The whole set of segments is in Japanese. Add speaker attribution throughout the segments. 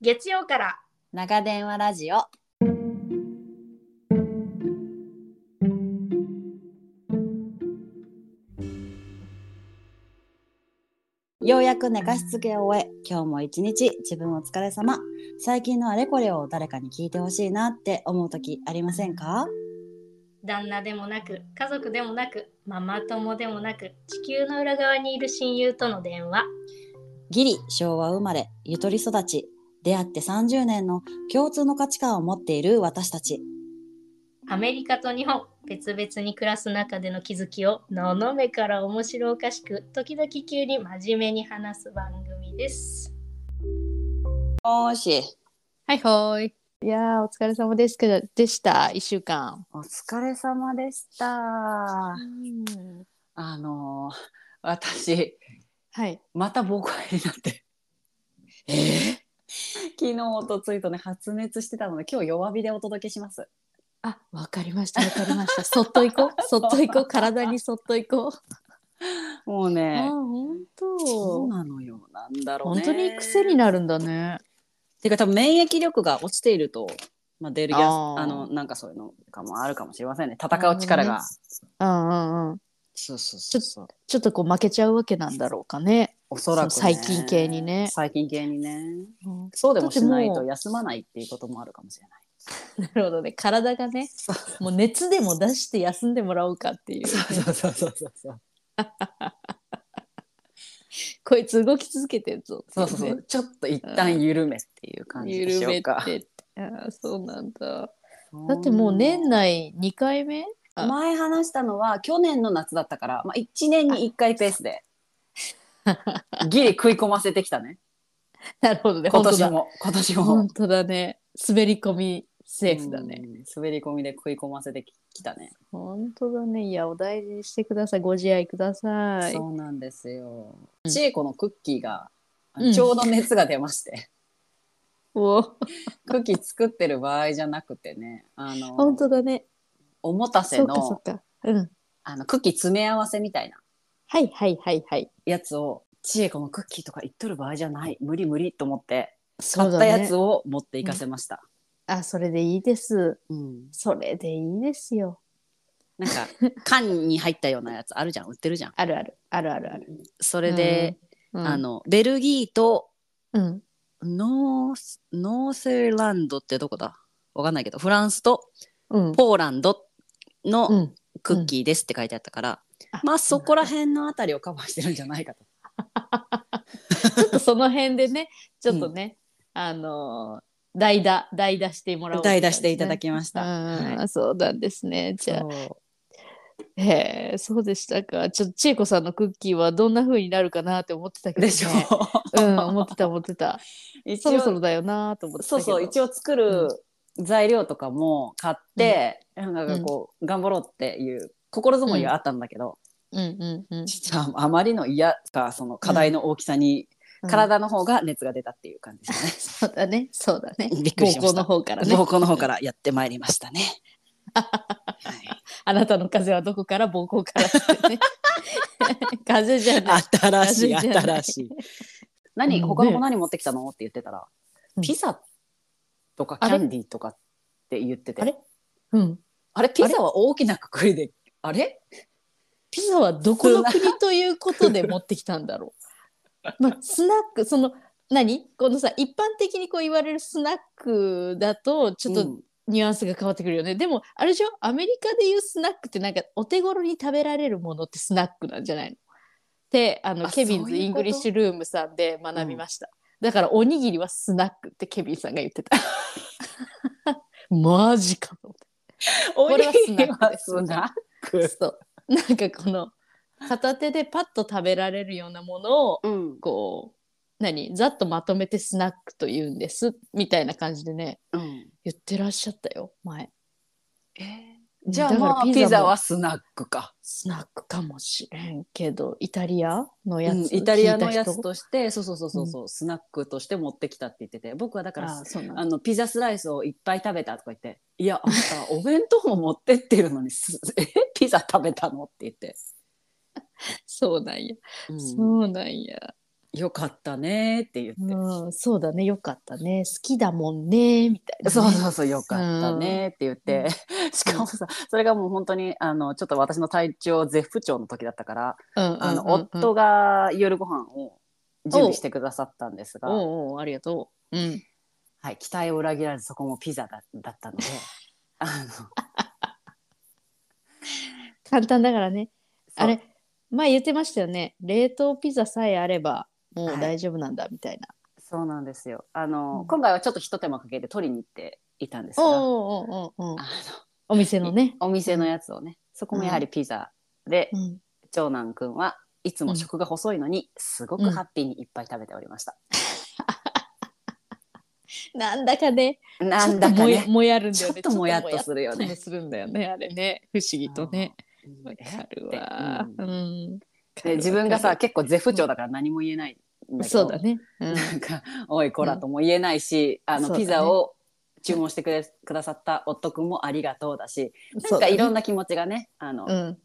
Speaker 1: 月曜から
Speaker 2: 長電話ラジオようやく寝かしつけを終え今日も一日自分お疲れ様最近のあれこれを誰かに聞いてほしいなって思う時ありませんか
Speaker 1: 旦那でもなく家族でもなくママ友でもなく地球の裏側にいる親友との電話
Speaker 2: ギリ昭和生まれゆとり育ち出会って30年の共通の価値観を持っている私たち
Speaker 1: アメリカと日本別々に暮らす中での気づきを斜めから面白おかしく時々急に真面目に話す番組です
Speaker 2: おーし
Speaker 3: はいほーい。いやーお疲れ様ですけどでした1週間。
Speaker 2: お疲れ様でした
Speaker 3: うん
Speaker 2: あのー 私
Speaker 3: はい。
Speaker 2: また膀胱炎になってえー昨日おとついとね発熱してたので今日弱火でお届けします
Speaker 3: あわかりましたわかりました。そっと行こ うそっと行こう体にそっと行こう。
Speaker 2: もう
Speaker 3: あー
Speaker 2: ね
Speaker 3: 本
Speaker 2: そう
Speaker 3: 当。
Speaker 2: なのよなんだろう
Speaker 3: 本
Speaker 2: ね
Speaker 3: 当に 癖になるんだね。
Speaker 2: ていうか多分免疫力が落ちていると、まあ、出るやすあ
Speaker 3: あー
Speaker 2: のなんかそういうのかもあるかもしれませんね戦う力が、
Speaker 3: なるほどねうんうんうん。
Speaker 2: そうそうそうそう
Speaker 3: ちょっとこう負けちゃうわけなんだろうかね。
Speaker 2: おそらく、ね、
Speaker 3: その細菌系にね
Speaker 2: 細菌系にね
Speaker 3: うん
Speaker 2: そうでもしない
Speaker 3: だって
Speaker 2: と
Speaker 3: もう
Speaker 2: 休まないっていうこともあるかもしれない
Speaker 3: なるほどね体がねもう熱でも出して休んでもらおうかってい う。
Speaker 2: そうそうそうそうそう
Speaker 3: こいつ動き続けてるぞ。
Speaker 2: そうそうそう、ちょっと一旦緩めっていう感じでし
Speaker 3: 緩
Speaker 2: ょう
Speaker 3: め
Speaker 2: か。
Speaker 3: てって。あーそうなんだ。だってもう年内2回目
Speaker 2: うん前話したのは去年の夏だったから、まあ、1年に1回ペースでギリ食い込ませてきた ね
Speaker 3: なるほどね。
Speaker 2: 今年も今年も
Speaker 3: 本当だね。滑り込みセーフだね。
Speaker 2: うん滑り込みで食い込ませてきたね、
Speaker 3: 本当だね。いや、お大事にしてください。ご自愛ください。
Speaker 2: そうなんですよ、
Speaker 3: うん
Speaker 2: ちえこのクッキーが
Speaker 3: うん
Speaker 2: ちょうど熱が出まして、
Speaker 3: お
Speaker 2: クッキー作ってる場合じゃなくてねあの
Speaker 3: 本当だね。
Speaker 2: おもたせ
Speaker 3: そうか、そ
Speaker 2: の
Speaker 3: うか。うん。
Speaker 2: あのクッキー詰め合わせみたいな
Speaker 3: はい、はい、はい、はい。
Speaker 2: やつをちえこのクッキーとか言っとる場合じゃない無理無理と思って
Speaker 3: そ
Speaker 2: 買
Speaker 3: う
Speaker 2: っ
Speaker 3: だ
Speaker 2: た
Speaker 3: ね
Speaker 2: やつを持っていかせました。
Speaker 3: あ、それでいいです。
Speaker 2: うん
Speaker 3: それでいいですよ。
Speaker 2: なんか 缶に入ったようなやつあるじゃん売ってるじゃん。
Speaker 3: あるある、あるあるある。
Speaker 2: それで、
Speaker 3: うん、
Speaker 2: あのベルギーと
Speaker 3: うん。
Speaker 2: ノースノーセーランドってどこだわかんないけどフランスと
Speaker 3: うん。
Speaker 2: ポーランド
Speaker 3: う
Speaker 2: の
Speaker 3: ん。
Speaker 2: クッキーですって書いてあったから、
Speaker 3: あ
Speaker 2: まあそこら辺のあたりをカバーしてるんじゃないかと。
Speaker 3: ちょっとその辺で ね、ちょっとね、あのー、代打、代打してもらおう、
Speaker 2: 代打していただきまし
Speaker 3: う
Speaker 2: た。
Speaker 3: ん
Speaker 2: は
Speaker 3: あそうなんですね。
Speaker 2: い
Speaker 3: じゃ
Speaker 2: そう
Speaker 3: あ、へえ、そうでしたか。ちょっと千恵子さんのクッキーはどんな風になるかなって思ってたけど、ね。
Speaker 2: でしょ
Speaker 3: うん、思ってた、思ってた。
Speaker 2: 一
Speaker 3: そろそ
Speaker 2: 応
Speaker 3: ろだよなと思ってた
Speaker 2: そう
Speaker 3: けど。
Speaker 2: そう一応作る材料とかも買って、なんかこう、頑張ろうっていう心づもりがあったんだけど、
Speaker 3: うんうんうん。
Speaker 2: 実はあまりの嫌かその課題の大きさに、体の方が熱が出たっていう感じで
Speaker 3: うん
Speaker 2: す
Speaker 3: そうだね、そうだね。
Speaker 2: びっくりしました
Speaker 3: 膀胱の方から
Speaker 2: ね。
Speaker 3: ね。
Speaker 2: 膀胱の方からやってまいりましたね。はい
Speaker 3: あなたの風邪はどこから膀胱からっ てね。風邪じゃない。
Speaker 2: 新しい
Speaker 3: 新しいじゃな
Speaker 2: 新
Speaker 3: い
Speaker 2: しい。何
Speaker 3: うん
Speaker 2: 他のも何持ってきたのって言ってたら、
Speaker 3: うん
Speaker 2: ピザとかキ
Speaker 3: あ
Speaker 2: ャ
Speaker 3: れ
Speaker 2: ンディーとかって言ってて
Speaker 3: あれうん。
Speaker 2: あれピザは大きなくくりであれ
Speaker 3: ピザはどこの国ということで持ってきたんだろ う。まあ、スナックその何このさ一般的にこう言われるスナックだとちょっ
Speaker 2: う
Speaker 3: と
Speaker 2: ん
Speaker 3: ニュアンスが変わってくるよね、でもあれでしょアメリカでいうスナックってなんかお手頃に食べられるものってスナックなんじゃないのってあの
Speaker 2: あ
Speaker 3: ケビン
Speaker 2: そ
Speaker 3: ズ
Speaker 2: ういうこと
Speaker 3: イングリッシュルームさんで学びました、だからおにぎりはスナックってケビンさんが言 ってたマジかと思って
Speaker 2: おに
Speaker 3: れはス
Speaker 2: ぎ
Speaker 3: ナ
Speaker 2: り
Speaker 3: ック
Speaker 2: は
Speaker 3: です
Speaker 2: スナック。
Speaker 3: そうなんかこの片手でパッと食べられるようなものを
Speaker 2: うん
Speaker 3: こう何ざっとまとめてスナックと言うんですみたいな感じでね
Speaker 2: うん
Speaker 3: 言ってらっしゃったよ前
Speaker 2: じゃあ
Speaker 3: だから
Speaker 2: まあピザ
Speaker 3: も
Speaker 2: はスナックか。
Speaker 3: スナックかもしれんけどイタリアのや
Speaker 2: う
Speaker 3: つ、
Speaker 2: んイタリアのやつ
Speaker 3: 聞いた人
Speaker 2: としてそうそうそうそうそうスナックとして持ってきたって言ってて僕はだから
Speaker 3: あそうなんだ
Speaker 2: あのピザスライスをいっぱい食べたとか言って「いやあんたお弁当も持ってってるのにす えピザ食べたの?」って言って、
Speaker 3: そうなんや、
Speaker 2: うん
Speaker 3: そうなんや
Speaker 2: よかったねって言って、
Speaker 3: うん、そうだねよかったね好きだもんねみたいなね、
Speaker 2: そうそうそうよかったねって言って、しかもさそれがもう本当にあのちょっと私の体調絶不調の時だったから、
Speaker 3: うんうんうんうん、
Speaker 2: あの夫が夜ご飯を準備してくださったんですが、
Speaker 3: おうおうありがとう、うん、
Speaker 2: はい、期待を裏切らずそこもピザだだったの であの
Speaker 3: 簡単だからねあ
Speaker 2: そ
Speaker 3: れ前言ってましたよね冷凍ピザさえあればもう大丈夫なんだみたいな、
Speaker 2: うそうなんですよあの、
Speaker 3: うん
Speaker 2: 今回はちょっとひと手間かけて取りに行っていたんですがあの
Speaker 3: おうおうおうおうお店のね、
Speaker 2: お店のやつをねそこもやはりピザで、
Speaker 3: うん、
Speaker 2: 長男くんはいつも食が細いのにすごくハッピーにいっぱい食べておりました、
Speaker 3: なんだかね
Speaker 2: なんだか
Speaker 3: ちょっともや
Speaker 2: ね
Speaker 3: もやるんだ
Speaker 2: ちょ
Speaker 3: よ
Speaker 2: っ
Speaker 3: ね
Speaker 2: ともやっとするよ
Speaker 3: ちょっ
Speaker 2: ね
Speaker 3: ともするんだよねあれね不思議とね
Speaker 2: うん
Speaker 3: わ
Speaker 2: え
Speaker 3: かる
Speaker 2: って
Speaker 3: わ
Speaker 2: う
Speaker 3: うんん
Speaker 2: で自分が
Speaker 3: わ
Speaker 2: さ
Speaker 3: か
Speaker 2: 結構絶不調だから何も言えないん
Speaker 3: る
Speaker 2: だけど
Speaker 3: そうだね、うん、
Speaker 2: なんか「おいこら」とも言えないし、あ
Speaker 3: そう
Speaker 2: の
Speaker 3: だね
Speaker 2: ピザを注文してくれくださった夫くんもありがとうだし な
Speaker 3: そ
Speaker 2: ん
Speaker 3: う
Speaker 2: か
Speaker 3: だね
Speaker 2: いろんな気持ちがねあの、
Speaker 3: うん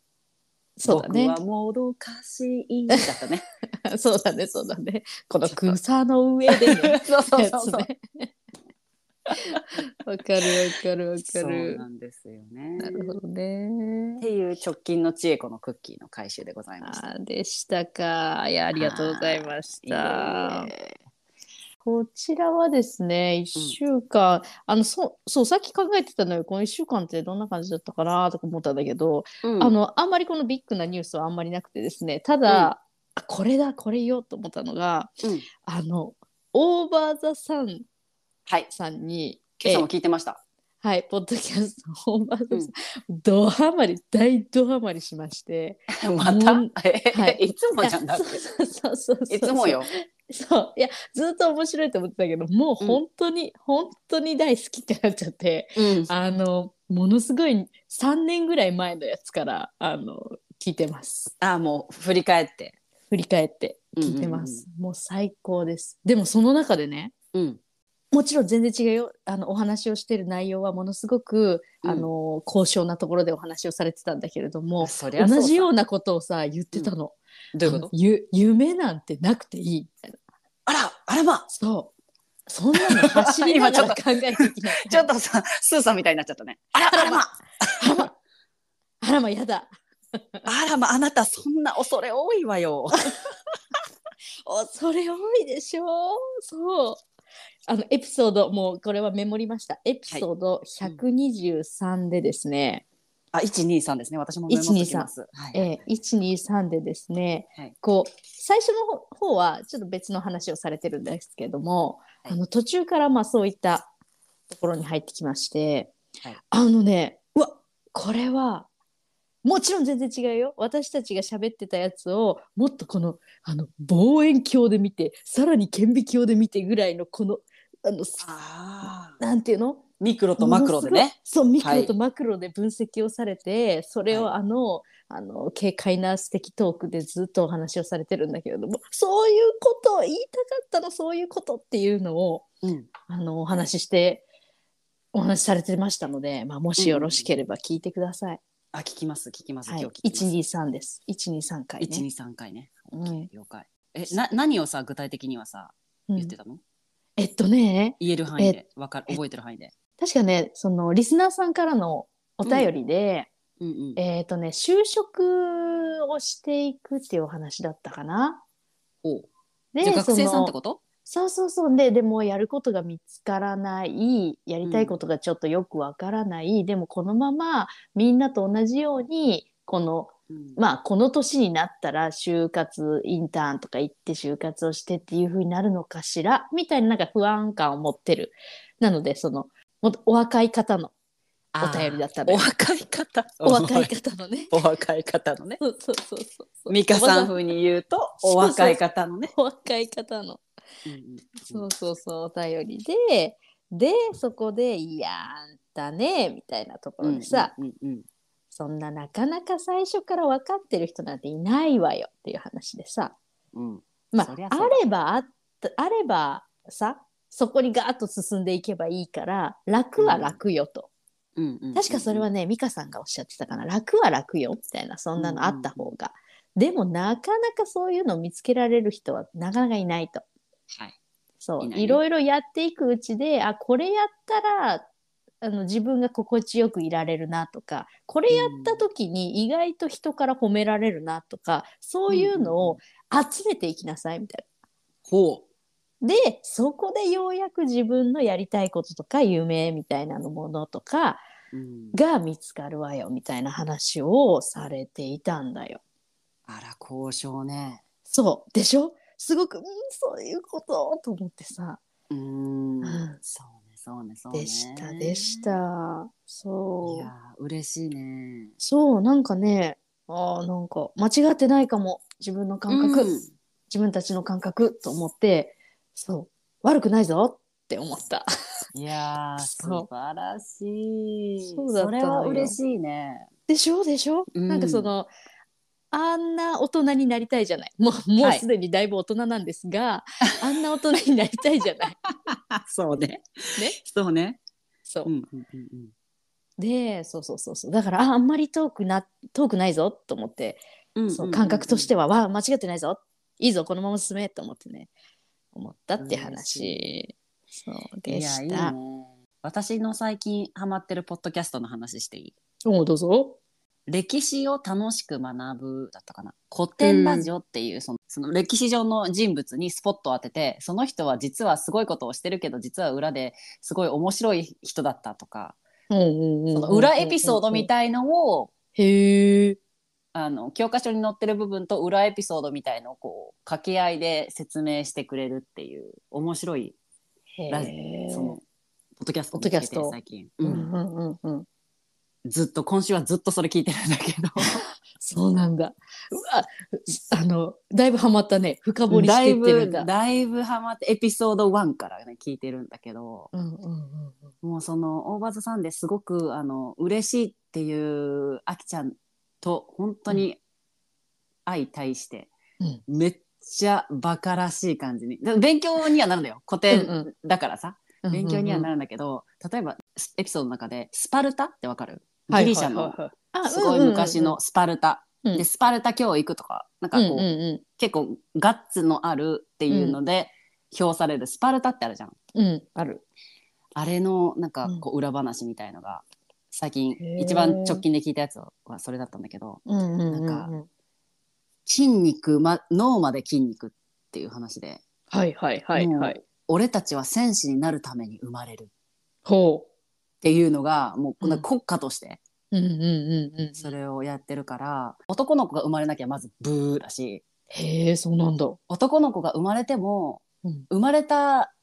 Speaker 3: そうだね
Speaker 2: 僕はもどかしいだった ね
Speaker 3: そうだねそうだねこの
Speaker 2: ちょっと
Speaker 3: 草の上での
Speaker 2: そう そう
Speaker 3: や
Speaker 2: そう
Speaker 3: つ
Speaker 2: そう
Speaker 3: ね わかるわかるわか
Speaker 2: そう
Speaker 3: る
Speaker 2: なんですよね
Speaker 3: なる
Speaker 2: っ
Speaker 3: ほどね
Speaker 2: ていう直近の千恵子のクッキーの回収でございました
Speaker 3: あーでしたかいやありがとうございました
Speaker 2: いえいえ
Speaker 3: こちらはですね、1週間、あのそうそう、さっき考えてたのよ、この1週間ってどんな感じだったかなとか思ったんだけど、
Speaker 2: うん
Speaker 3: あの、あんまりこのビッグなニュースはあんまりなくてですね、ただ、あこれだ、これよと思ったのが、
Speaker 2: うん
Speaker 3: あの、オーバー・ザ・サン
Speaker 2: はい
Speaker 3: さんに、
Speaker 2: 今朝も
Speaker 3: え
Speaker 2: 聞いてました
Speaker 3: はい、ポッドキャスト、オーバー・ザ・サン、ドハマり、大ドハマりしまして、
Speaker 2: また、
Speaker 3: うん
Speaker 2: え
Speaker 3: はい
Speaker 2: いつもじゃんだって
Speaker 3: いやそうそうそうそう
Speaker 2: いつもよ
Speaker 3: そういやずっと面白いと思ってたけどもう本当に、本当に大好きってなっちゃって
Speaker 2: うん
Speaker 3: あのものすごい3年ぐらい前のやつからあの聞いてます
Speaker 2: あもう振り返って
Speaker 3: 振り返って聞いてます、もう最高ですでもその中でね
Speaker 2: うん
Speaker 3: もちろん全然違うよあのお話をしてる内容はものすごく、
Speaker 2: うん
Speaker 3: あの高尚なところでお話をされてたんだけれども
Speaker 2: そりゃそう
Speaker 3: 同
Speaker 2: さ
Speaker 3: じようなことをさ言ってたの,
Speaker 2: ど
Speaker 3: あ
Speaker 2: うい
Speaker 3: の、
Speaker 2: うこと
Speaker 3: ゆ夢なんてなくていいみたいな
Speaker 2: あらあらま
Speaker 3: そう。そんなの走りながら
Speaker 2: 今
Speaker 3: 考えていきな い。
Speaker 2: ちょっとさスーさんみたいになっちゃったねあらあらま
Speaker 3: あらま、あらま、やだ。
Speaker 2: あらまあなたそんな恐れ多いわよ
Speaker 3: 恐れ多いでしょそう。あのエピソードもうこれはメモりましたエピソード123でですね、
Speaker 2: あ123ですね私もメモってきますはい
Speaker 3: えー123でですね、
Speaker 2: はい
Speaker 3: こう最初の方方はちょっと別の話をされてるんですけども、
Speaker 2: はい
Speaker 3: あの途中からまあそういったところに入ってきまして、
Speaker 2: はい
Speaker 3: あのねうわこれはもちろん全然違うよ私たちが喋ってたやつをもっとこのあの望遠鏡で見てさらに顕微鏡で見てぐらいのこのあの
Speaker 2: あー
Speaker 3: なんていうの
Speaker 2: ミクロとマクロでね
Speaker 3: そうミク
Speaker 2: は
Speaker 3: ロ
Speaker 2: い
Speaker 3: とマクロで分析をされて、それを
Speaker 2: は
Speaker 3: あの,、あの軽快な素敵トークでずっとお話をされてるんだけれどもそういうことを言いたかったのそういうことっていうのを
Speaker 2: うん
Speaker 3: あのお話ししてお話しされてましたので、まあ、もしよろしければ聞いてください。
Speaker 2: あ聞きます聞きます
Speaker 3: は
Speaker 2: 今
Speaker 3: い
Speaker 2: 日聞き、ます
Speaker 3: 123です123回、ね、
Speaker 2: 123回ね
Speaker 3: うん
Speaker 2: OK 了解えな何をさ具体的にはさ
Speaker 3: うん
Speaker 2: 言ってたの
Speaker 3: えっとね
Speaker 2: 言える範囲でわかる覚えてる範囲で
Speaker 3: 確かねそのリスナーさんからのお便りで、
Speaker 2: うんうん
Speaker 3: えっ、とね就職をしていくっていうお話だったかな。
Speaker 2: おう
Speaker 3: で
Speaker 2: じゃあ学生さんって
Speaker 3: その
Speaker 2: こと
Speaker 3: そうそうそうででもやることが見つからないやりたいことがちょっとよくわからない、でもこのままみんなと同じようにこの
Speaker 2: うん
Speaker 3: まあこの年になったら就活インターンとか行って就活をしてっていう風になるのかしらみたいななんか不安感を持ってるなのでそのもっとお若い方の
Speaker 2: あー
Speaker 3: お便りだったのよ
Speaker 2: お若い方
Speaker 3: お若い方のね
Speaker 2: お若い方のね
Speaker 3: そうそうそうそうそう
Speaker 2: ミカさん風に言うとお若い方のね
Speaker 3: お若い方のそうそうそうお便りででそこで「いやあんたね」みたいなところでさ、
Speaker 2: うんうんうん
Speaker 3: そんななかなか最初から分かってる人なんていないわよっていう話でさ
Speaker 2: うんうん
Speaker 3: ま
Speaker 2: そりゃ
Speaker 3: あ
Speaker 2: そうだ
Speaker 3: あればあったあればさそこにガーッと進んでいけばいいから楽は楽よと、
Speaker 2: うんうん
Speaker 3: 確かそれはね美香さんがおっしゃってたかな楽は楽よみたいなそんなのあった方がでもなかなかそういうのを見つけられる人はなかなかいないと。
Speaker 2: はい。
Speaker 3: そう
Speaker 2: い
Speaker 3: い
Speaker 2: ないね
Speaker 3: ろいろやっていくうちであこれやったらあの自分が心地よくいられるなとかこれやった時に意外と人から褒められるなとかそういうのを集めていきなさいみたい
Speaker 2: ほ
Speaker 3: な。でそこでようやく自分のやりたいこととか夢みたいなのものとか
Speaker 2: う。うん、
Speaker 3: が見つかるわよみたいな話をされていたんだよ。
Speaker 2: あら、交渉ね。
Speaker 3: そうでしょすごく、うん、そういうことと思ってさ。
Speaker 2: うーん
Speaker 3: うん。
Speaker 2: そうね、そうね、そうね。
Speaker 3: でしたでし。た。そ
Speaker 2: い。
Speaker 3: う
Speaker 2: やー、嬉しいね。
Speaker 3: そう、なんかね、ああ、なんか間違ってないかも、自分の感覚、
Speaker 2: うん
Speaker 3: 自分たちの感覚と思って、そう、悪くないぞって思った。
Speaker 2: いやー、
Speaker 3: そう
Speaker 2: 素晴らしい。
Speaker 3: そうだったの
Speaker 2: れ
Speaker 3: よ
Speaker 2: は嬉しいね。
Speaker 3: でしょでしょ、
Speaker 2: うん
Speaker 3: なんかその、あんな大人になりたいじゃない。もう、もう
Speaker 2: はい
Speaker 3: すでにだいぶ大人なんですが、あんな大人になりたいじゃない。
Speaker 2: そうね。
Speaker 3: ね。
Speaker 2: そうね。
Speaker 3: そう
Speaker 2: う。んうんうんうん。
Speaker 3: で、そうそうそうそう。だから、ああんまり遠くな、遠くないぞと思って、そう感覚として
Speaker 2: は
Speaker 3: は、わあ間違ってないぞいいぞこのまま進めと思ってね思ったって話そうでした
Speaker 2: いやいいね私の最近ハマってるポッドキャストの話していい
Speaker 3: おうどうぞ
Speaker 2: 歴史を楽しく学ぶだったかな古典ラジオっていう、そのその歴史上の人物にスポットを当ててその人は実はすごいことをしてるけど実は裏ですごい面白い人だったとか、
Speaker 3: そ
Speaker 2: その裏エピソードみ
Speaker 3: い
Speaker 2: たいのを、
Speaker 3: へえ
Speaker 2: あの教科書に載ってる部分と裏エピソードみたいのをこう掛け合いで説明してくれるっていう面白いラジそのポッドキャスト見つけて
Speaker 3: ポッドキャスト
Speaker 2: 最近、
Speaker 3: う
Speaker 2: うん
Speaker 3: んうんうんうん
Speaker 2: ずっと今週はずっとそれ聞いてるんだけど。
Speaker 3: そうなんだうわあのだいぶハマったね深掘りしてってるんだ
Speaker 2: だいぶだいぶハマってエピソード1からね聞いてるんだけど
Speaker 3: うんうんうんうん
Speaker 2: もうその大場さんですごくあの嬉しいっていうあきちゃんと本当に相対して、
Speaker 3: うん
Speaker 2: めっちゃバカらしい感じにだ勉強にはなるんだよ古
Speaker 3: うんう
Speaker 2: 典だからさ、
Speaker 3: うん
Speaker 2: 勉強にはな
Speaker 3: る
Speaker 2: るんだけど、例えばスエピソードの中でスパルタってわかるギリシャのすごい昔のスパルタ、
Speaker 3: うん
Speaker 2: でスパルタ教育とかなんか
Speaker 3: うん
Speaker 2: こ
Speaker 3: う
Speaker 2: う、
Speaker 3: んう
Speaker 2: 結構ガッツのあるっていうので評されるスパルタってあるじゃん、
Speaker 3: んうんある
Speaker 2: あれのなんかこう裏話みたいのが最近
Speaker 3: へー
Speaker 2: 一番直近で聞いたやつはそれだったんだけど
Speaker 3: うんうんうん
Speaker 2: なん
Speaker 3: うん
Speaker 2: 筋肉、ま、脳まで筋肉っていう話で
Speaker 3: はいはいはいはい
Speaker 2: 俺たちは戦士になるために生まれるっ
Speaker 3: ほう
Speaker 2: ていうのがもうこんな
Speaker 3: うん
Speaker 2: 国家として
Speaker 3: うんうんうんうん。
Speaker 2: それをやってるから、男の子が生まれなきゃまずブーだし
Speaker 3: へえ、そうなんだ。
Speaker 2: 男の子が生まれても
Speaker 3: うん
Speaker 2: 生まれた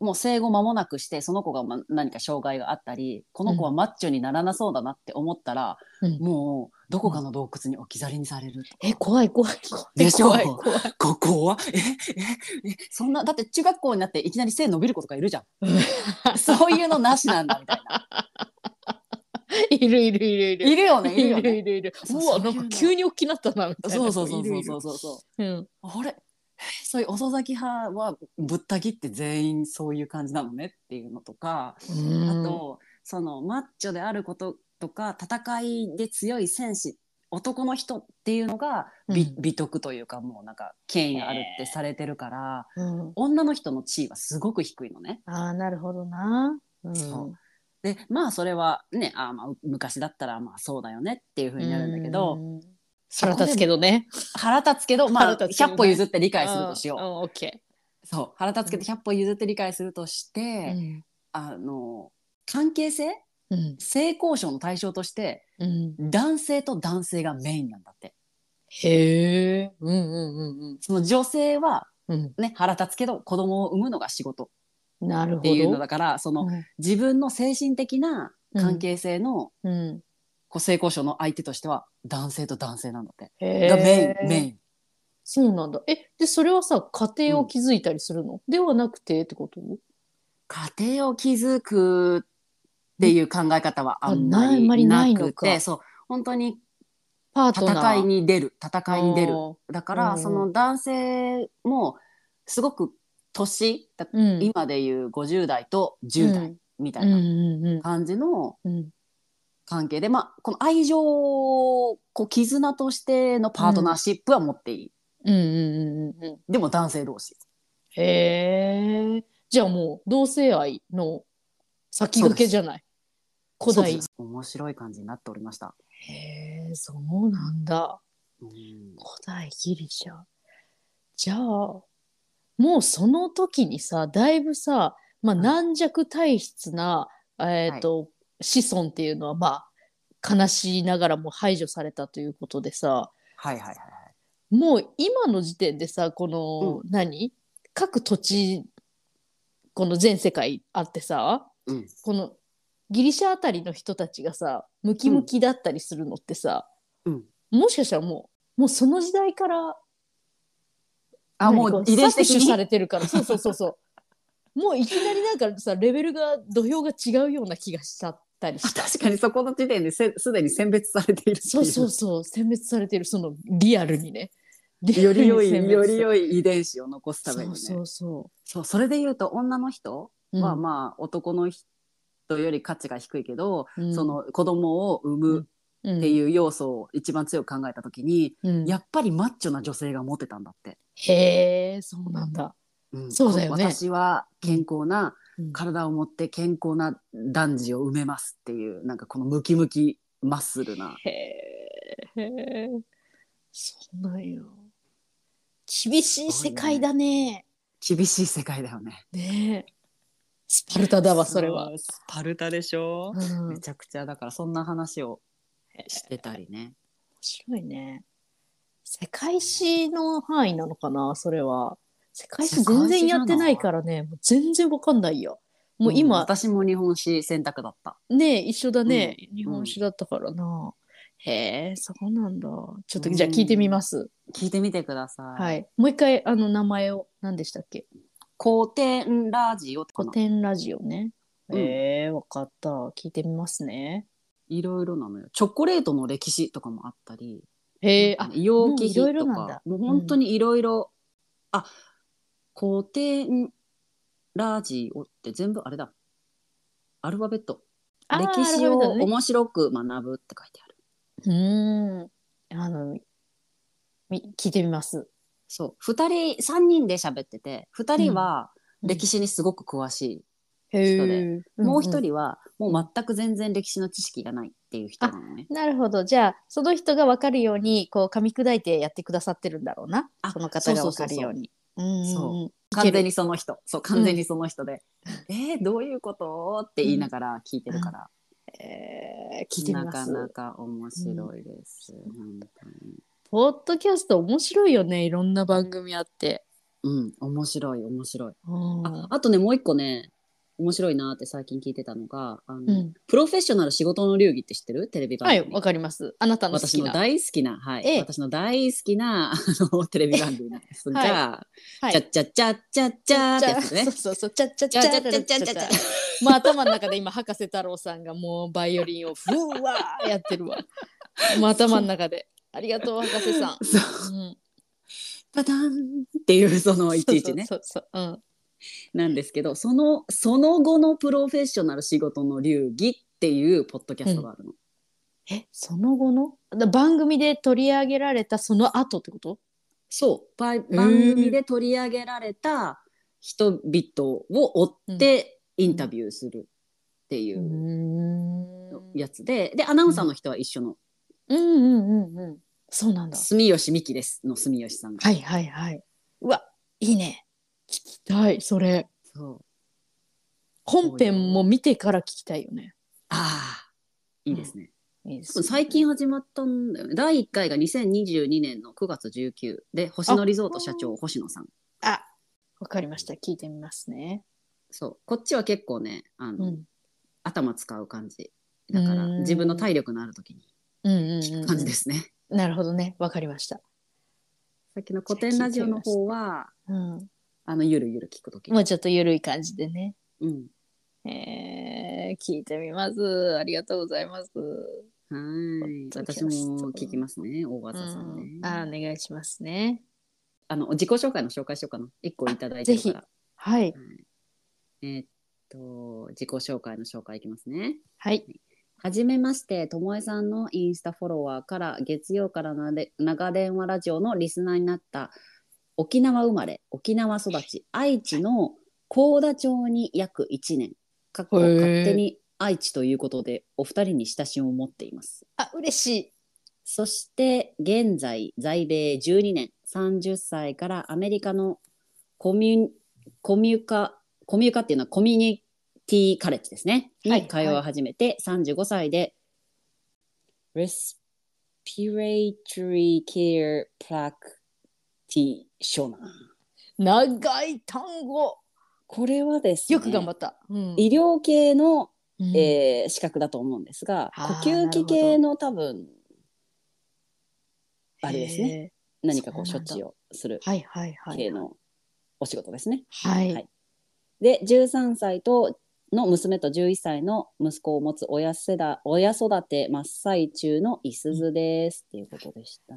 Speaker 2: もう生後間もなくしてその子がま何か障害があったりこの子はマッチョにならなそうだなって思ったら、
Speaker 3: うん
Speaker 2: もうどこかの洞窟に置き去りにされる、
Speaker 3: え、怖い怖い怖い。
Speaker 2: でしょ
Speaker 3: 怖い怖い。
Speaker 2: ここはえええそんなだって中学校になっていきなり背伸びる子とかいるじゃん そういうのなしなんだみたいな
Speaker 3: いるいるいるい る。
Speaker 2: いるよねいるよ
Speaker 3: いる
Speaker 2: ね
Speaker 3: いるいる。
Speaker 2: そう
Speaker 3: うわ、
Speaker 2: そう
Speaker 3: ない
Speaker 2: うんの
Speaker 3: か急に大きなったなみたいな。
Speaker 2: そうそうそうそうそう
Speaker 3: う。
Speaker 2: そうそう
Speaker 3: うん。
Speaker 2: あれ そういう遅咲き派はぶった切って全員そういう感じなのねっていうのとか、あとそのマッチョであることとか戦いで強い戦士男の人っていうのが美,、
Speaker 3: うん
Speaker 2: 美徳というかもうなんか権威あるってされてるから
Speaker 3: うん。
Speaker 2: 女の人の地位はすごく低いのね。
Speaker 3: ああ、なるほどな。うん
Speaker 2: そうでまあそれはねあーまあ昔だったらまあそうだよねっていうふうになるんだけど、
Speaker 3: うん。腹立つけどね。
Speaker 2: 腹立つけど、まあ、
Speaker 3: 腹立つけどね
Speaker 2: 100歩譲って理解するとしよう。
Speaker 3: うんうんオッケ
Speaker 2: そう腹立つけど100歩譲って理解するとして、
Speaker 3: ー。
Speaker 2: あの関係性
Speaker 3: うん。
Speaker 2: 性交渉の対象として
Speaker 3: うん。
Speaker 2: 男性と男性がメインなんだって
Speaker 3: へえ。うんうんうん
Speaker 2: その女性は
Speaker 3: うん。
Speaker 2: ね腹立つけど子供を産むのが仕事
Speaker 3: うん。なるほ
Speaker 2: っ
Speaker 3: ど。
Speaker 2: ていうのだからその自分の精神的な関係性の
Speaker 3: うん。うん。
Speaker 2: こう性交渉の相手としては男性と男性なんだって、
Speaker 3: へー
Speaker 2: がメインメイン
Speaker 3: そうなんだ。え、で、それはさ、家庭を築いたりするの、ではなくてってこと
Speaker 2: 家庭を築くっていう考え方はあんま
Speaker 3: あんま
Speaker 2: り
Speaker 3: り
Speaker 2: な
Speaker 3: ない
Speaker 2: く
Speaker 3: の
Speaker 2: て
Speaker 3: か
Speaker 2: そう本当に
Speaker 3: パートナ
Speaker 2: 戦
Speaker 3: ー。
Speaker 2: いに出る戦いに出る
Speaker 3: あー
Speaker 2: だから、
Speaker 3: うん
Speaker 2: その男性もすごく年だ
Speaker 3: うん。
Speaker 2: 今でいう50代と10代みたいな
Speaker 3: うんうんうん
Speaker 2: 感じの
Speaker 3: うん。
Speaker 2: 関係で、まあ、この愛情をこう絆としてのパートナーシップは持っていい、
Speaker 3: うんうんうんうん。
Speaker 2: でも男性同士
Speaker 3: へえ。じゃあもう同性愛の先駆けじゃない。古
Speaker 2: そう
Speaker 3: 代
Speaker 2: です。面白い感じになっておりました、
Speaker 3: へえ、そうなんだ。
Speaker 2: うん
Speaker 3: 古代ギリシャ。じゃあ、もうその時にさ、だいぶさ、まあ、
Speaker 2: い
Speaker 3: 軟弱体質な、えっ、と、子孫っていうのは、まあ、悲しいながらも排除されたということでさ、
Speaker 2: はいはいはいはい
Speaker 3: もう今の時点でさ、この、何各土地、この全世界あってさ、
Speaker 2: うん
Speaker 3: このギリシャあたりの人たちがさムキムキだったりするのってさ、
Speaker 2: うん
Speaker 3: もしかしたらもうもうその時代から
Speaker 2: あも
Speaker 3: 何
Speaker 2: う
Speaker 3: か
Speaker 2: 遺伝子的
Speaker 3: 搾取さ
Speaker 2: に
Speaker 3: れてるからそうそうそうそうもういきなりなんかさレベルが土俵が違うような気がしちゃったりし て
Speaker 2: 確かにそこの時点でせすでに選別されているってい
Speaker 3: そうそうそう選別されてるそのリアルにね
Speaker 2: より良い
Speaker 3: リアルに選別
Speaker 2: より良い遺伝子を残すために
Speaker 3: そ
Speaker 2: ね
Speaker 3: うそうそ
Speaker 2: そうそれで言うと女の人
Speaker 3: う、うん
Speaker 2: はまあ男の人より価値が低いけど、
Speaker 3: うん
Speaker 2: その子供を産むっていう要素を一番強く考えた時に、
Speaker 3: うんうん
Speaker 2: やっぱりマッチョな女性がモテたんだって、
Speaker 3: へえそうなんだ、
Speaker 2: うん
Speaker 3: そうだよね
Speaker 2: 私は健康な
Speaker 3: うん
Speaker 2: 体を持って健康な男児を産めますっていうなんかこのムキムキマッスルな
Speaker 3: へえ。そうなんよ。厳しい世界だね。
Speaker 2: 厳しい世界だよね
Speaker 3: ねえ。スパルタだわ、それは。
Speaker 2: うスパルタでしょ
Speaker 3: うん、
Speaker 2: め
Speaker 3: 面
Speaker 2: ちゃくちゃだからそんな話をしてたりね。
Speaker 3: 白いね。世界史の範囲なのかな、それは。世界史
Speaker 2: 世界史
Speaker 3: 全然やってないからね、もう全然わかんないよ。もう
Speaker 2: うん
Speaker 3: 今、
Speaker 2: 私も日本史選択だった。
Speaker 3: ねえ一緒だね、日本史だったからな。へえ、そうなんだ。ちょっと、じゃあ聞いてみます。
Speaker 2: 聞いてみてください。
Speaker 3: はい。もう一回、あの、名前を、何でしたっけ
Speaker 2: 古典ラジオとか
Speaker 3: 古
Speaker 2: な
Speaker 3: 典ラジオね。
Speaker 2: うん
Speaker 3: ええわかった。聞いてみますね。
Speaker 2: いろいろなのよ。チョコレートの歴史とかもあったり、
Speaker 3: へえ、
Speaker 2: なん
Speaker 3: あ
Speaker 2: か、ね容器
Speaker 3: もういろ
Speaker 2: 費
Speaker 3: いろ
Speaker 2: と
Speaker 3: なん
Speaker 2: か
Speaker 3: だ、
Speaker 2: もう本当にいろいろ。あ、古典ラジオって全部あれだ。アルファベット。
Speaker 3: あー
Speaker 2: 歴史を
Speaker 3: なるほどね
Speaker 2: 面白く学ぶって書いてある。
Speaker 3: うーん。あの、み聞いてみます。
Speaker 2: そう、二人、三人で喋ってて、二人は歴史にすごく詳しい
Speaker 3: へ
Speaker 2: 人で
Speaker 3: え。
Speaker 2: もう
Speaker 3: 人
Speaker 2: 一人はもう全く全然歴史の知識がないっていう人なのね。
Speaker 3: なるほど。じゃあ、その人がわかるように、こう、噛み砕いてやってくださってるんだろうな。
Speaker 2: あ
Speaker 3: その方がわかるように。うん
Speaker 2: そう
Speaker 3: うんうん。
Speaker 2: 完全にその人。そう、完全にその人で。えー、どういうことって言いながら聞いてるから。
Speaker 3: えー聞いてみ
Speaker 2: な
Speaker 3: ま
Speaker 2: か
Speaker 3: す。
Speaker 2: なか面白いです。本当に
Speaker 3: ポッドキャスト面白いよね。いろんな番組あって。
Speaker 2: うん、面白い、面白い。
Speaker 3: うん
Speaker 2: ああとね、もう一個ね、面白いなって最近聞いてたのが、あの
Speaker 3: うん、
Speaker 2: プロフェッショナル仕事の流儀って知ってるテレビ番
Speaker 3: は
Speaker 2: 組。
Speaker 3: い、わかります。あなたの好
Speaker 2: 私
Speaker 3: き
Speaker 2: の
Speaker 3: な。
Speaker 2: 大好きな、はい、
Speaker 3: ええ
Speaker 2: 私の大好きなあのテレビ番組なんですが、
Speaker 3: はい
Speaker 2: は、
Speaker 3: はいい
Speaker 2: ちゃっちゃっちゃっちゃっちゃーってやつね
Speaker 3: そう。そうそう。ちゃっちゃっ
Speaker 2: ち
Speaker 3: ち
Speaker 2: ゃ
Speaker 3: ゃ
Speaker 2: っち
Speaker 3: っち
Speaker 2: ゃ
Speaker 3: ゃ
Speaker 2: っ
Speaker 3: っ
Speaker 2: ち
Speaker 3: ち
Speaker 2: ゃ
Speaker 3: ゃ
Speaker 2: っ
Speaker 3: っ
Speaker 2: ち
Speaker 3: ち
Speaker 2: ゃ
Speaker 3: ゃ
Speaker 2: っ
Speaker 3: っ
Speaker 2: ち
Speaker 3: ち
Speaker 2: ゃ
Speaker 3: ゃ。まあ頭の中で今博士太郎さんがもうバイオリンをふーわーやってる わ。もう頭の中で。ありがとう博士さん。
Speaker 2: そう
Speaker 3: うん、
Speaker 2: パタンっていうそのいちいちね
Speaker 3: そうそうそうそう、
Speaker 2: なんですけどそのその後のプロフェッショナル仕事の流儀っていうポッドキャストがあるの、
Speaker 3: うん、えその後のだ番組で取り上げられたその後ってこと
Speaker 2: そうば番組で取り上げられた人々を追ってインタビューするっていうう
Speaker 3: ーん
Speaker 2: やつで、でアナウンサーの人は一緒の
Speaker 3: うんうんうんうんそうなんだ
Speaker 2: 住吉美希ですの住吉さんが、
Speaker 3: はいはいはいうわいいね聞きたいそれ
Speaker 2: そう
Speaker 3: 本編も見てから聞きたいよね
Speaker 2: ああいいですね、
Speaker 3: いいですね
Speaker 2: 最近始まったんだよね第1回が2022年の9月19で星野リゾート社長星野さん
Speaker 3: あわかりました聞いてみますね
Speaker 2: そうこっちは結構ねあ
Speaker 3: う
Speaker 2: の、
Speaker 3: ん
Speaker 2: 頭使う感じだから
Speaker 3: うん
Speaker 2: 自分の体力のある時に
Speaker 3: うんうんうん
Speaker 2: 聞
Speaker 3: うん
Speaker 2: く感じ ですね、
Speaker 3: なるほどねわかりました
Speaker 2: さっきの古典ラジオの方は
Speaker 3: うん
Speaker 2: あのゆるゆる聞く時
Speaker 3: も
Speaker 2: に、
Speaker 3: うちょっと緩い感じでね
Speaker 2: うん、
Speaker 3: えー、聞いてみますありがとうございます、
Speaker 2: はーい
Speaker 3: ポッドキ
Speaker 2: 私
Speaker 3: ャ
Speaker 2: も
Speaker 3: スト
Speaker 2: 聞きますね大技さんね、
Speaker 3: うんあお願いしますね
Speaker 2: あの自己紹介の紹介しようかな1個いただいてるから
Speaker 3: はい
Speaker 2: はいえーっと自己紹介の紹介いきますね
Speaker 3: はい
Speaker 2: はじめまして、ともえさんのインスタフォロワーから月曜からなで長電話ラジオのリスナーになった沖縄生まれ、沖縄育ち、愛知の高田町に約1年、かっこ
Speaker 3: へー
Speaker 2: 勝手に愛知ということで、お二人に親しみを持っています。
Speaker 3: あ嬉しい
Speaker 2: そして現在在米12年30歳からアメリカのコミュコミュカコミュカっていうのはコミュニティカレッジですね。
Speaker 3: はい
Speaker 2: に通い始めて35歳で、Respiratory Care Practitioner
Speaker 3: 長い単語
Speaker 2: これはですね
Speaker 3: よく頑張った、うん
Speaker 2: 医療系の、
Speaker 3: うん
Speaker 2: えー資格だと思うんですが、
Speaker 3: あー
Speaker 2: 呼吸器系の多分あれですね
Speaker 3: へ
Speaker 2: 何かこう
Speaker 3: そう
Speaker 2: 処
Speaker 3: なんだ
Speaker 2: 置をする
Speaker 3: ーはいはいは
Speaker 2: 系
Speaker 3: い
Speaker 2: のお仕事ですね。
Speaker 3: はい、
Speaker 2: はいで13歳との娘と11歳の息子を持つ親世代親育て真っ最中のいすずです、っていうことでした。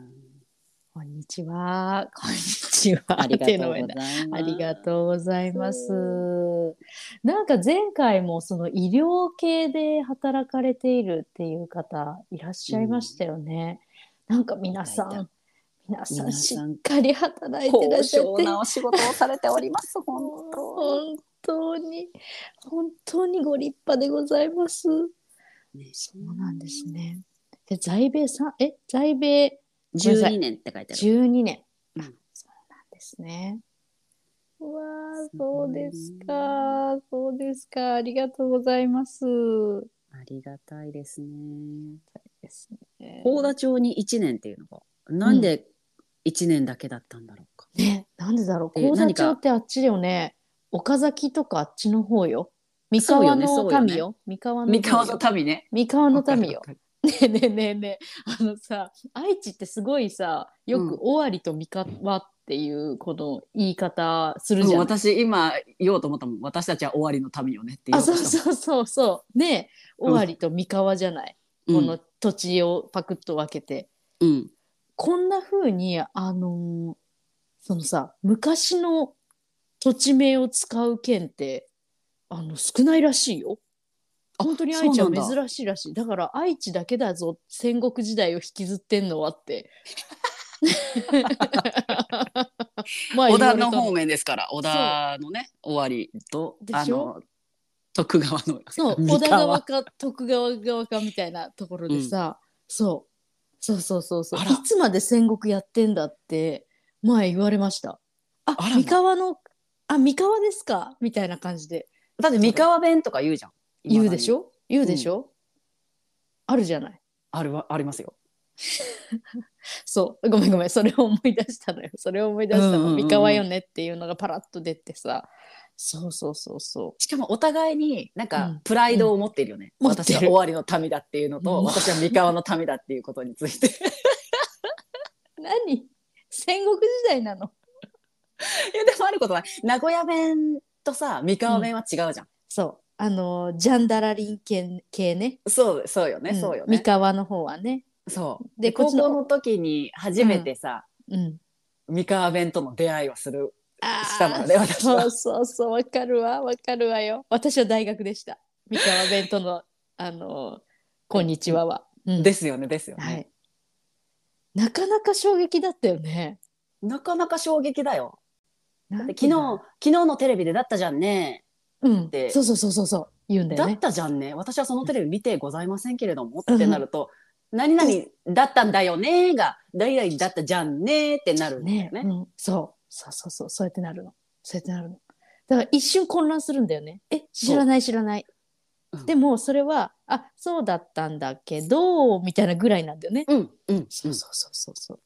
Speaker 3: こんにちはこんにちは
Speaker 2: ありがとうござ
Speaker 3: 手
Speaker 2: い
Speaker 3: の上
Speaker 2: ます。
Speaker 3: ありがとうございます
Speaker 2: う。
Speaker 3: なんか前回もその医療系で働かれているっていう方いらっしゃいましたよね。なんか皆さ
Speaker 2: いたい
Speaker 3: ん皆さん
Speaker 2: 皆
Speaker 3: し
Speaker 2: さん
Speaker 3: っかり働いてらっ
Speaker 2: 高
Speaker 3: しゃっ
Speaker 2: 尚
Speaker 3: て
Speaker 2: なお仕事をされております。本当。
Speaker 3: 本当に本当にご立派でございます。そうなんですね。で在米さんえ在米
Speaker 2: 12年って書いてある。
Speaker 3: 12年。
Speaker 2: うん
Speaker 3: あそうなんですね。うわあ、
Speaker 2: す
Speaker 3: そ
Speaker 2: ご
Speaker 3: う
Speaker 2: い
Speaker 3: ですか。そうですか。ありがとうございます。
Speaker 2: ありがたいですね。
Speaker 3: ですね。
Speaker 2: 高田町に1年っていうのがなんで1年だけだったんだろうか。
Speaker 3: ね、なんでだろう。
Speaker 2: え
Speaker 3: 高座
Speaker 2: 何か
Speaker 3: 町ってあっちだよね。岡崎とかあっちの方よ。三
Speaker 2: そう
Speaker 3: 河
Speaker 2: よね
Speaker 3: の
Speaker 2: そうよね
Speaker 3: 民よ。三河の民よ。
Speaker 2: 民ね。
Speaker 3: 三河の民
Speaker 2: わ
Speaker 3: よ
Speaker 2: か。る
Speaker 3: ねえねえねえねえあのさ愛知ってすごいさよ
Speaker 2: う
Speaker 3: く
Speaker 2: ん
Speaker 3: 「尾張と三河」っていうこの言い方する
Speaker 2: わか
Speaker 3: じ
Speaker 2: る私
Speaker 3: ゃん。
Speaker 2: 今言おうと思ったもん私たちは終わりの民よねって言
Speaker 3: あ
Speaker 2: おうと
Speaker 3: そう
Speaker 2: したもん
Speaker 3: そうそうそうね
Speaker 2: うん
Speaker 3: 尾張と三河じゃない、この土地をパクッと分けて
Speaker 2: うん
Speaker 3: こんな風にあのーそのさ昔の土地名を使う県ってあの少ないらしいよ。本当に愛知
Speaker 2: そ
Speaker 3: は
Speaker 2: うなんだ
Speaker 3: 珍しいらしいだから愛知だけだぞ戦国時代を引きずってんのはって 前
Speaker 2: 織
Speaker 3: 言わ
Speaker 2: 田
Speaker 3: れた
Speaker 2: の方面ですから織田のね終わりと
Speaker 3: で
Speaker 2: あ
Speaker 3: しょ
Speaker 2: の徳川の
Speaker 3: そう
Speaker 2: 三
Speaker 3: 織田
Speaker 2: 河
Speaker 3: 側か徳川側かみたいなところでさ、そうそうそうそうそう
Speaker 2: あら
Speaker 3: いつまで戦国やってんだって前言われましたあ
Speaker 2: あらま
Speaker 3: 三河のあ三河ですかみたいな感じで
Speaker 2: だって三河弁とか言うじゃん
Speaker 3: 言うでし
Speaker 2: ょ
Speaker 3: ょ言うでしょ、あるじゃない
Speaker 2: あるわありますよ
Speaker 3: そうごめんごめんそれを思い出したのよそれを思い出した
Speaker 2: う
Speaker 3: の、
Speaker 2: んうんうん
Speaker 3: 三河よねっていうのがパラッと出てさそうそうそうそう
Speaker 2: しかもお互いになん
Speaker 3: う
Speaker 2: か
Speaker 3: ん
Speaker 2: プライドを持っているよね、
Speaker 3: うん持って
Speaker 2: 私
Speaker 3: る
Speaker 2: は終わりの民だっていうのと、
Speaker 3: うん
Speaker 2: 私は三河の民だっていうことにつ いて
Speaker 3: 何戦国時代なの
Speaker 2: いやでもあることない名古屋弁とさ三河弁は違うじゃん、
Speaker 3: そうあのジャンダラリン系系ね
Speaker 2: そうそうよね、
Speaker 3: ん
Speaker 2: そうよ
Speaker 3: 三
Speaker 2: ね
Speaker 3: 河の方はね。
Speaker 2: そう
Speaker 3: で
Speaker 2: で高
Speaker 3: こっちの
Speaker 2: 校の時に初めてさ、
Speaker 3: うん。
Speaker 2: 三河弁との出会いをするしたのね
Speaker 3: あー
Speaker 2: 私は
Speaker 3: そうそうそう、わかるわ、わかるわよ。私は大学でした。三河弁との、 あの、こんにちはは。うん
Speaker 2: ですよねですよね、
Speaker 3: はい。なかなか衝撃だったよね。
Speaker 2: なかなか衝撃だよ
Speaker 3: だ
Speaker 2: で昨日昨日のテレビでだったじゃんね
Speaker 3: うん
Speaker 2: て、
Speaker 3: そうそうそうそうそう、言うんだ
Speaker 2: だ
Speaker 3: よ
Speaker 2: っ
Speaker 3: ね。
Speaker 2: たじゃんね私はそのテレビ見てございませんけれども、
Speaker 3: うん
Speaker 2: ってなると何々だったんだよねが代々だったじゃんねってなるんだよ
Speaker 3: ね
Speaker 2: ね
Speaker 3: うん、そうそうそうそう、そうやってなるの。そうやってなるの。だから一瞬混乱するんだよね。え、知らない知らない。
Speaker 2: うん
Speaker 3: でもそれは、あ、そうだったんだけど、みたいなぐらいなんだよね。
Speaker 2: うんうん、うん、
Speaker 3: そうそうそうそうそう。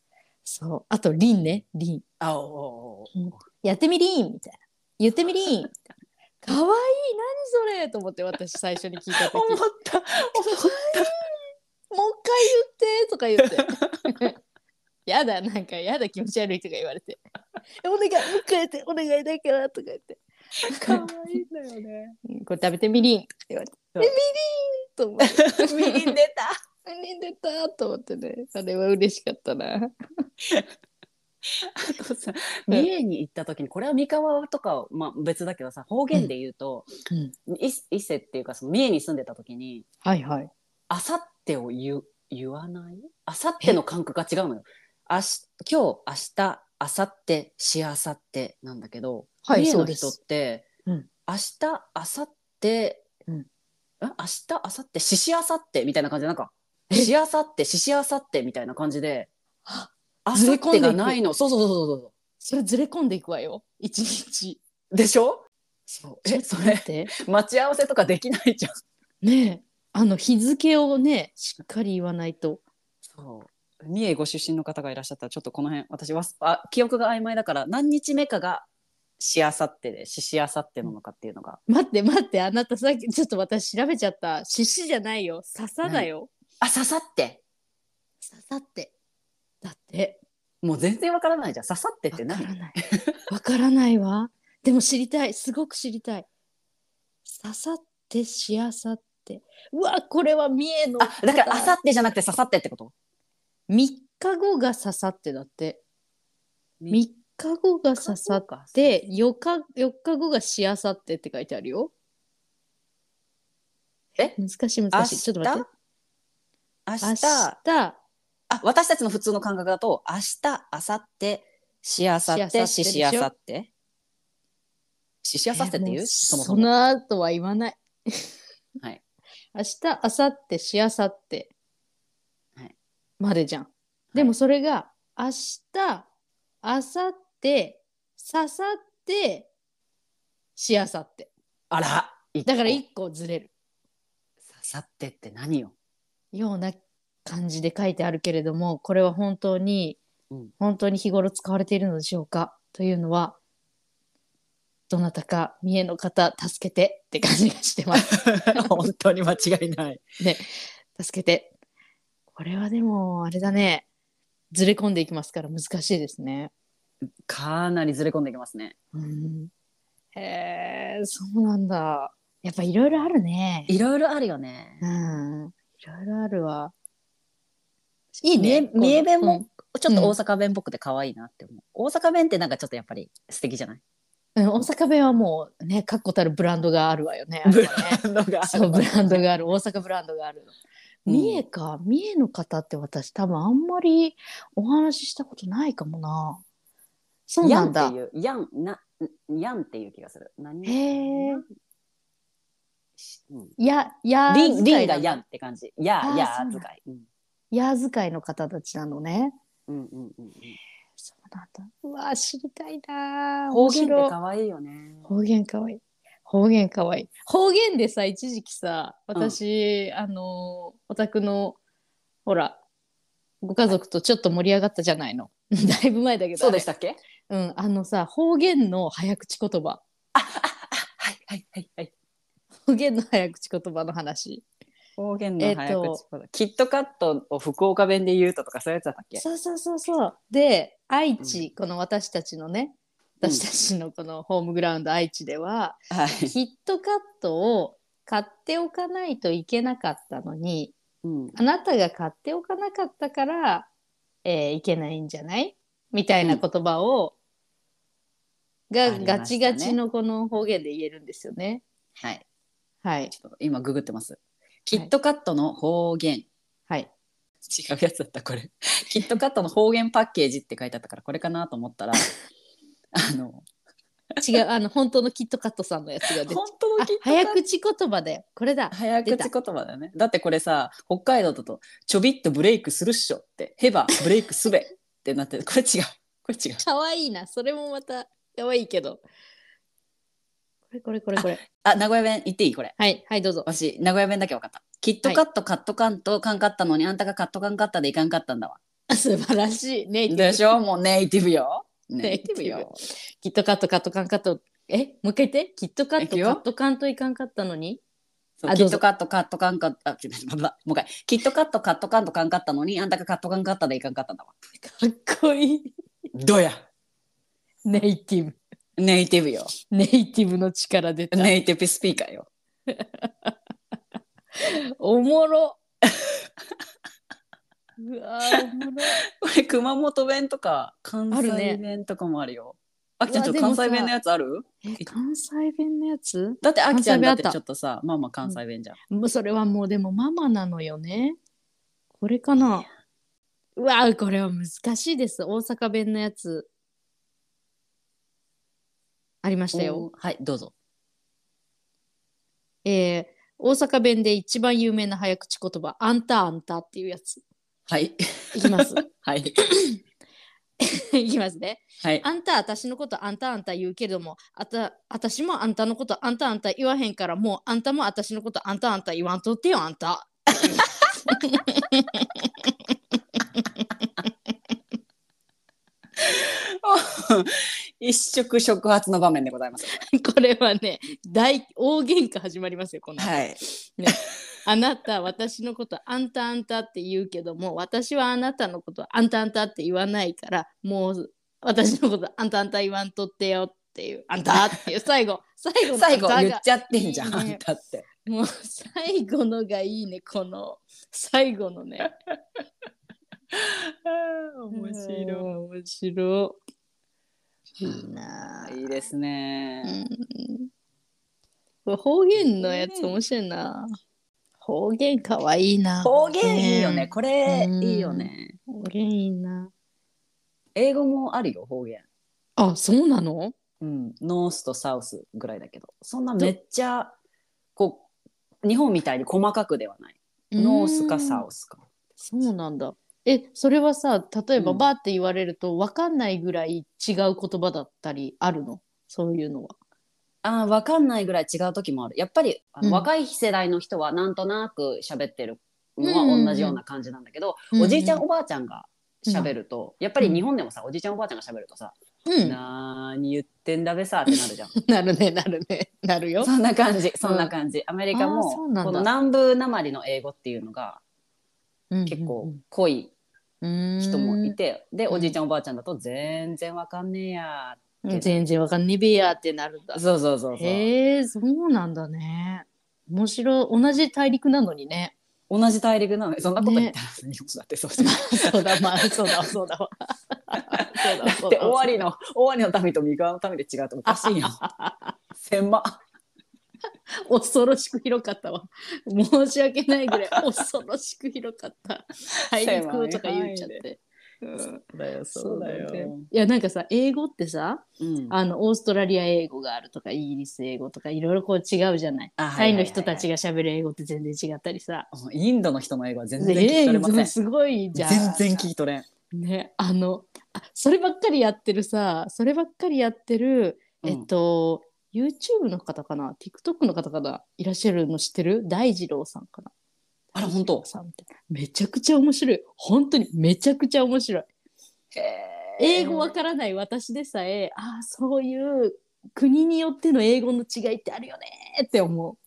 Speaker 3: そうあと、リンね、リン。
Speaker 2: あおうおうおう
Speaker 3: うんやってみりんみたいな。言ってみりんかわいい、何それと思って私最初に聞いた時。
Speaker 2: 思った思
Speaker 3: もう一回言ってとか言って。やだ、なんかやだ、気持ち悪いとか言われて。えお願い、もう一回やって、お願いだからとか言って。
Speaker 2: った可 愛いんだよね
Speaker 3: うんこれ食べてみりんって言われて。え、
Speaker 2: そう
Speaker 3: みりんと思って。
Speaker 2: みりん出た
Speaker 3: みりん出たと思ってね。それは嬉しかったな。
Speaker 2: あとさ三重に行った時にこれは三河とかは、まあ、別だけどさ方言で言うと、
Speaker 3: うん
Speaker 2: い伊勢っていうかその三重に住んでた時に
Speaker 3: はいはい。
Speaker 2: あさってを言う言わないあさっての感覚が違うのよ。あし今日明日あさってしあさってなんだけど、
Speaker 3: はい
Speaker 2: 三重
Speaker 3: そ
Speaker 2: の
Speaker 3: うで
Speaker 2: 人っ
Speaker 3: す
Speaker 2: て、
Speaker 3: うん
Speaker 2: 明日あさって、
Speaker 3: うん
Speaker 2: ん明日あさってししあさってみたいな感じでなんか
Speaker 3: え
Speaker 2: しあさってししあさってみたいな感じで
Speaker 3: あ
Speaker 2: あ
Speaker 3: ず
Speaker 2: さ
Speaker 3: れ
Speaker 2: っ
Speaker 3: 込んで
Speaker 2: て
Speaker 3: いく
Speaker 2: がないのそうそうそうそうそ
Speaker 3: それずれ込んでいくわよ一日
Speaker 2: うでしょそうえ
Speaker 3: ちょ
Speaker 2: そ
Speaker 3: っと待
Speaker 2: れ
Speaker 3: って
Speaker 2: 待ち合わせとかできないじゃん。
Speaker 3: ねえあの日付をねしっかり言わないと
Speaker 2: そう三重ご出身の方がいらっしゃったらちょっとこの辺私はあ記憶が曖昧だから何日目かがしあさってでししあさってなのかっていうのが
Speaker 3: 待って待ってあなたさっきちょっと私調べちゃった獅子じゃないよ笹だよ、
Speaker 2: あ刺さって
Speaker 3: 刺さってだって
Speaker 2: もう全然わからないじゃん刺さってっ
Speaker 3: わ
Speaker 2: て
Speaker 3: から
Speaker 2: 何
Speaker 3: ないわからないわでも知りたいすごく知りたい刺さってしあさってうわこれは三重の
Speaker 2: あだからあさってじゃなくて刺さってってこと
Speaker 3: 3日後が刺さってだって3日後が刺さっ
Speaker 2: か
Speaker 3: て4日四日後がしあさってって書いてあるよ
Speaker 2: え
Speaker 3: 難しい
Speaker 2: 明
Speaker 3: 難しい
Speaker 2: 日
Speaker 3: ちょっと待って
Speaker 2: 明日
Speaker 3: 明日
Speaker 2: あ私たちの普通の感覚だと明日明後日しあさって
Speaker 3: し
Speaker 2: し
Speaker 3: あさってでし
Speaker 2: し
Speaker 3: ょ
Speaker 2: あさってししあさってって
Speaker 3: えー
Speaker 2: い
Speaker 3: も
Speaker 2: うそもそ
Speaker 3: そ
Speaker 2: も
Speaker 3: の後は言わない
Speaker 2: はい
Speaker 3: 明日明後日しあさって
Speaker 2: はい
Speaker 3: までじゃん、でもそれが明日明後日ささってしあさって
Speaker 2: あら一個
Speaker 3: だから一個ずれる
Speaker 2: 刺さってって何よ
Speaker 3: ような感じで書いてあるけれどもこれは本当に、
Speaker 2: うん
Speaker 3: 本当に日頃使われているのでしょうかというのはどなたか三重の方助けてって感じがしてます
Speaker 2: 本当に間違いない
Speaker 3: ね助けてこれはでもあれだねずれ込んでいきますから難しいですね
Speaker 2: かなりずれ込んでいきますね
Speaker 3: うんへえそうなんだやっぱいろいろあるね
Speaker 2: いろいろあるよね
Speaker 3: うんいろいろあるわいい
Speaker 2: 三重
Speaker 3: ね
Speaker 2: 三重弁
Speaker 3: う
Speaker 2: も
Speaker 3: ん
Speaker 2: ちょっと大阪弁っぽくて可愛いなって思う、大阪弁ってなんかちょっとやっぱり素敵じゃない
Speaker 3: うん、大阪弁はもうね確固たるブランドがあるわよね。あれはね
Speaker 2: ンドが
Speaker 3: そうブランドがある大阪ブランドがあるの。
Speaker 2: うん
Speaker 3: 三重か三重の方って私多分あんまりお話ししたことないかもな。そう
Speaker 2: ヤン
Speaker 3: な
Speaker 2: っ
Speaker 3: ん
Speaker 2: て
Speaker 3: だ
Speaker 2: い。うヤンなんヤンっていう気がする何
Speaker 3: へえ。
Speaker 2: しうん
Speaker 3: やや
Speaker 2: リンリンが
Speaker 3: や
Speaker 2: ヤンって感じや
Speaker 3: あー
Speaker 2: ーや
Speaker 3: そうな
Speaker 2: ー
Speaker 3: んだ
Speaker 2: 扱いうん
Speaker 3: や遣いの方たちなのね。
Speaker 2: うんうんうんうん
Speaker 3: そうなんだ。うわ知りたいな。
Speaker 2: 方言って
Speaker 3: 面白い
Speaker 2: 可愛いよね
Speaker 3: 方言かわいい方言かわいい方言でさ一時期さ私、あのお宅のほらご家族とちょっと盛り上がったじゃないの だいぶ前だけど
Speaker 2: そうでしたっけ
Speaker 3: あれうん、あのさ方言の早口言葉
Speaker 2: あああはいはいはいはい
Speaker 3: 方言の早口言葉の話
Speaker 2: 方言
Speaker 3: え
Speaker 2: の
Speaker 3: っ
Speaker 2: 早
Speaker 3: と
Speaker 2: 口言葉キットカットを福岡弁で言うととかそういうやつだったっけ
Speaker 3: そうそうそうそうで愛知、
Speaker 2: う
Speaker 3: この私たちのね
Speaker 2: うん
Speaker 3: 私たちのこのホームグラウンド愛知で は、
Speaker 2: はい
Speaker 3: キットカットを買っておかないといけなかったのに
Speaker 2: うん
Speaker 3: あなたが買っておかなかったから、えーいけないんじゃないみたいな言葉を、
Speaker 2: あ
Speaker 3: が、
Speaker 2: りましたね
Speaker 3: ガチガチのこの方言で言えるんですよね。
Speaker 2: はい
Speaker 3: はい。
Speaker 2: ちょっと今ググってますキットカットの方言、
Speaker 3: はい。
Speaker 2: 違うやつだったこ れキットカットの方言パッケージって書いてあったからこれかなと思 ったらあの
Speaker 3: 違う、あの、本当のキットカットさんのやつが出て。
Speaker 2: 本当
Speaker 3: あ
Speaker 2: のキットカッ
Speaker 3: 早口言葉だよ。これだ
Speaker 2: ト。早口言葉だよねだってこれさ北海道だと「ちょびっとブレイクするっしょ」って「へばブレイクすべ」ってなってるこれ違うこれ違う
Speaker 3: かわいいな。それもまた、かわいいけど。これこれこれこれ。
Speaker 2: あ名古屋弁言っていいこれ
Speaker 3: はい。はい、どうぞ。
Speaker 2: 私名古屋弁だけ分かったキットカットカットカントカンかったのにあんたがカットカンかったでいかんかったんだわ
Speaker 3: 素晴らしい。ネイティブ
Speaker 2: でしょもうネイティブよ
Speaker 3: ネ
Speaker 2: ネ
Speaker 3: イ
Speaker 2: イテ
Speaker 3: ティ
Speaker 2: ィ
Speaker 3: ブ
Speaker 2: ブ
Speaker 3: よ
Speaker 2: よ
Speaker 3: キットカットカットカンカット。えもう一回言って。キットカッ
Speaker 2: い
Speaker 3: ト
Speaker 2: くよ
Speaker 3: カットカンといかんかったのに
Speaker 2: そう
Speaker 3: あ
Speaker 2: キ
Speaker 3: どう
Speaker 2: ッ
Speaker 3: ぞ
Speaker 2: トカットカットカンカットあ違うまだもう一回キットカットカットカントカンかったのにあんたがカットカンかったでいかんかったんだわ
Speaker 3: かっこいい。
Speaker 2: どうや
Speaker 3: ネイティブ。
Speaker 2: ネイティブよ
Speaker 3: ネイティブの力出た。
Speaker 2: ネイティブスピーカーよ
Speaker 3: おも ろ。うわーおもろ。
Speaker 2: これ熊本弁とか関
Speaker 3: あるね
Speaker 2: 西弁とかもあるよあきちゃんちょっと
Speaker 3: うわ
Speaker 2: 関
Speaker 3: でもさ
Speaker 2: 西弁のやつある
Speaker 3: え関西弁のやつ
Speaker 2: だってあきちゃんだって
Speaker 3: 関西弁あった
Speaker 2: ちょっとさまあまあ関西弁じゃん、
Speaker 3: もうそれはもうでもママなのよねこれかなうわーこれは難しいです大阪弁のやつありましたよ
Speaker 2: おはいどうぞ
Speaker 3: えー大阪弁で一番有名な早口言葉「あんたあんた」っていうやつ
Speaker 2: はい
Speaker 3: いきます
Speaker 2: はい
Speaker 3: いきますね
Speaker 2: はい
Speaker 3: あんた私のことあんたあんた言うけれどもあた私もあんたのことあんたあんた言わへんからもうあんたも私のことあんたあんた言わんとってよあんた
Speaker 2: 一触触発の場面でございます
Speaker 3: これはね大大喧嘩始まりますよこの、
Speaker 2: はい
Speaker 3: あなた私のことあんたあんたって言うけども私はあなたのことあんたあんたって言わないからもう私のことあんたあんた言わんとってよっていうあんたっていう最後最後の
Speaker 2: 最後
Speaker 3: あんた
Speaker 2: 言
Speaker 3: が
Speaker 2: っちゃってんじゃん
Speaker 3: いいね
Speaker 2: あんたって
Speaker 3: もう最後のがいいねこの最後のねうん面白いいなぁ
Speaker 2: いいですね、
Speaker 3: うんこれ方言のやつ面白いなぁ方言かわいいなぁ
Speaker 2: 方言いいよね、これ
Speaker 3: うん
Speaker 2: いいよね
Speaker 3: 方言いいな
Speaker 2: 英語もあるよ方言
Speaker 3: ぁあそうなの
Speaker 2: うんノースとサウスぐらいだけどそんなめっちゃこう日本みたいに細かくではないノースかサ
Speaker 3: うん
Speaker 2: ウスか
Speaker 3: そうなんだえそれはさ例えば
Speaker 2: うん
Speaker 3: バーって言われると分かんないぐらい違う言葉だったりあるのそういうのは
Speaker 2: あーわかんないぐらい違う時もあるやっぱりあの
Speaker 3: うん
Speaker 2: 若い世代の人はなんとなく喋ってるの
Speaker 3: うんうんう
Speaker 2: は
Speaker 3: ん
Speaker 2: 同じような感じなんだけど、おじいちゃんおばあちゃんが喋ると、やっぱり日本でもさおじいちゃんおばあちゃんが喋るとさ
Speaker 3: う
Speaker 2: 「
Speaker 3: ん
Speaker 2: なーに言ってんだべさ」ってなるじゃん
Speaker 3: なるねなるねなるよ
Speaker 2: そんな感じそんな感じ、アメリカ
Speaker 3: あー
Speaker 2: も
Speaker 3: そ
Speaker 2: こ
Speaker 3: うなんだ
Speaker 2: の南部なまりの英語っていうのが結構濃い人
Speaker 3: 人
Speaker 2: もいて、で
Speaker 3: うん
Speaker 2: おじいちゃんおばあちゃんだと全然わかんねえや
Speaker 3: うん全然わかんねえべやってなるんだ
Speaker 2: そうそうそうそう
Speaker 3: へえそうなんだね面白い同じ大陸なのにね
Speaker 2: 同じ大陸なのにそんなこと言ったら、日本だってそうして
Speaker 3: そうだまあそうだそうだわそうだそう
Speaker 2: で
Speaker 3: だ
Speaker 2: 終わりの終わりの民と三河の民で違うっておかしいよ狭
Speaker 3: 恐ろしく広かったわ。申し訳ないぐらい恐ろしく広かった。大陸とか言っちゃって。うん
Speaker 2: だよ
Speaker 3: ねいやなんかさ英語ってさ
Speaker 2: うん
Speaker 3: あのオーストラリア英語があるとかイギリス英語とかいろいろこう違うじゃない
Speaker 2: あはい
Speaker 3: タ
Speaker 2: はいはい
Speaker 3: イ
Speaker 2: は
Speaker 3: の
Speaker 2: い
Speaker 3: 人たちが喋る英語って全然違ったりさ
Speaker 2: インドの人の英語は全然聞き取れません、
Speaker 3: ねえすごいじゃん
Speaker 2: 全然聞き取れん
Speaker 3: ねあのあそればっかりやってるさそればっかりやってる
Speaker 2: うん
Speaker 3: えっと、YouTube の方かな TikTok の方かないらっしゃるの知ってる大二郎さんかな
Speaker 2: あら本当
Speaker 3: さんみたいなめちゃくちゃ面白い本当にめちゃくちゃ面白い英語わからない私でさえああそういう国によっての英語の違いってあるよねーって思